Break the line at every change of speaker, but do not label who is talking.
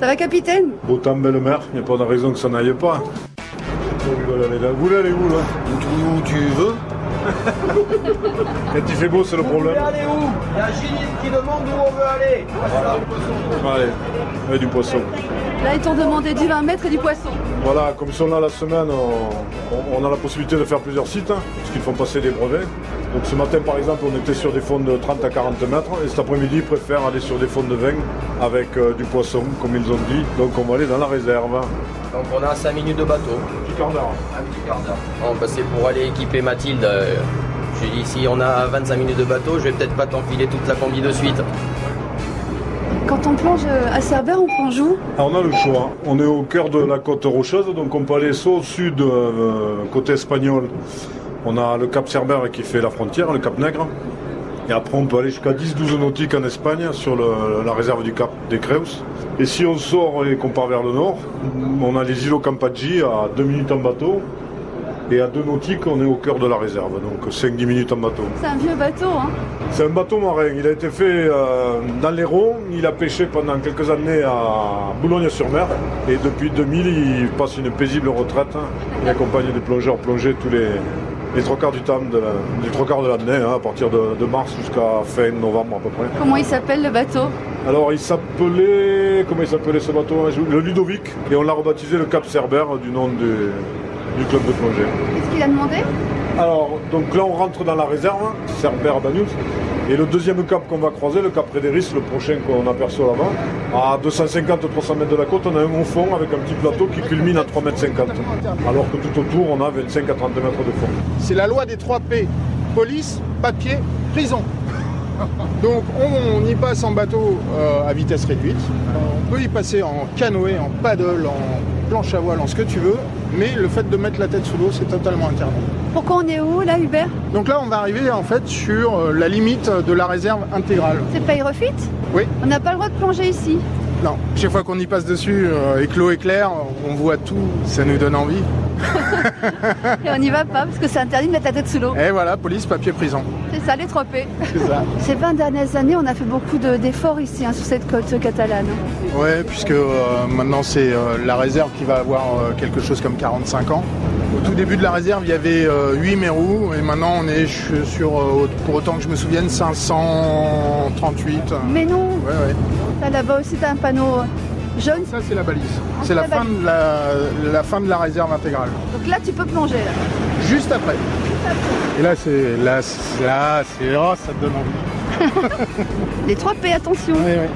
Ça va, capitaine
Beau temps, belle mer, il n'y a pas de raison que ça n'aille pas. On rigole, allez, là. Vous allez où là
Où tu veux
Quand il fait beau, c'est le
On veut
problème.
aller où Il y a Gilles qui demande où on veut aller.
Allez, et du poisson.
Là, ils t'ont demandé du 20 mètres et du poisson.
Voilà, comme si on a la semaine, on, on a la possibilité de faire plusieurs sites, hein, parce qu'ils font passer des brevets. Donc ce matin, par exemple, on était sur des fonds de 30 à 40 mètres, et cet après-midi, ils préfèrent aller sur des fonds de 20 avec euh, du poisson, comme ils ont dit. Donc on va aller dans la réserve.
Donc on a 5 minutes de bateau.
Petit quart d'heure.
Un petit quart d'heure.
Bon, bah, c'est pour aller équiper Mathilde. euh, J'ai dit si on a 25 minutes de bateau, je vais peut-être pas t'enfiler toute la combi de suite.
Quand on plonge euh, à Cerbère, on plonge où
Alors, Ah, on a le choix. On est au cœur de la côte rocheuse, donc on peut aller soit au sud, euh, côté espagnol. On a le Cap Cerbère qui fait la frontière, le Cap Nègre. Et après, on peut aller jusqu'à 10-12 nautiques en Espagne sur le- la réserve du Cap des Creus. Et si on sort et qu'on part vers le nord, on a les îlots Campaggi à 2 minutes en bateau. Et à 2 nautiques, on est au cœur de la réserve, donc 5-10 minutes en bateau.
C'est un vieux bateau, hein
C'est un bateau marin. Il a été fait euh, dans l'Hérault. Il a pêché pendant quelques années à Boulogne-sur-Mer. Et depuis 2000, il passe une paisible retraite. hein. Il accompagne des plongeurs plongés tous les, les trois quarts du temps, de la- les trois quarts de l'année, hein, à partir de, de mars jusqu'à fin novembre à peu près.
Comment il s'appelle le bateau
Alors il s'appelait, comment il s'appelait ce bateau hein, Le Ludovic. Et on l'a rebaptisé le Cap Cerbère du nom du- du club de plongée.
Qu'est-ce qu'il a demandé
Alors, donc là, on rentre dans la réserve, hein, Cerbère Banus. Et le deuxième cap qu'on va croiser, le cap Frédéris, le prochain qu'on aperçoit là-bas, à 250-300 mètres de la côte, on a un haut fond avec un petit plateau qui culmine à 3,50 mètres. Alors que tout autour, on a 25 à 30 mètres de fond.
C'est la loi des 3 P. Police, papier, prison. Donc on, on y passe en bateau euh, à vitesse réduite. On peut y passer en canoë, en paddle, en planche à voile, en ce que tu veux. Mais le fait de mettre la tête sous l'eau, c'est totalement interdit.
Pourquoi on est où, là, Hubert
Donc là, on va arriver en fait sur euh, la limite de la réserve intégrale.
C'est pas Aerofit
Oui.
On n'a pas le droit de plonger ici.
Non, chaque fois qu'on y passe dessus, euh, éclos et clair, on voit tout, ça nous donne envie.
Et on n'y va pas, parce que c'est interdit de mettre la tête sous l'eau.
Et voilà, police, papier, prison.
C'est ça, les 3 P.
Eh. C'est ça.
Ces 20 dernières années, on a fait beaucoup de- d'efforts ici, hein, sur cette côte catalane.
Ouais, puisque euh, maintenant c'est euh, la réserve qui va avoir euh, quelque chose comme 45 ans. Au tout début de la réserve, il y avait 8 mérous et maintenant on est ch- sur, euh, pour autant que je me souvienne, 538.
Mais non,
Ouais, ouais.
là, là-bas aussi, t'as un panneau euh, jaune.
Ça, c'est la balise.
Ah,
C'est la,
c'est la
fin de la, la fin de la réserve intégrale.
Donc là, tu peux plonger, là.
Juste après. Et là, c'est. Là, c'est- là, c'est. oh, ça te donne envie.
Les 3 P, attention
Ouais, ouais.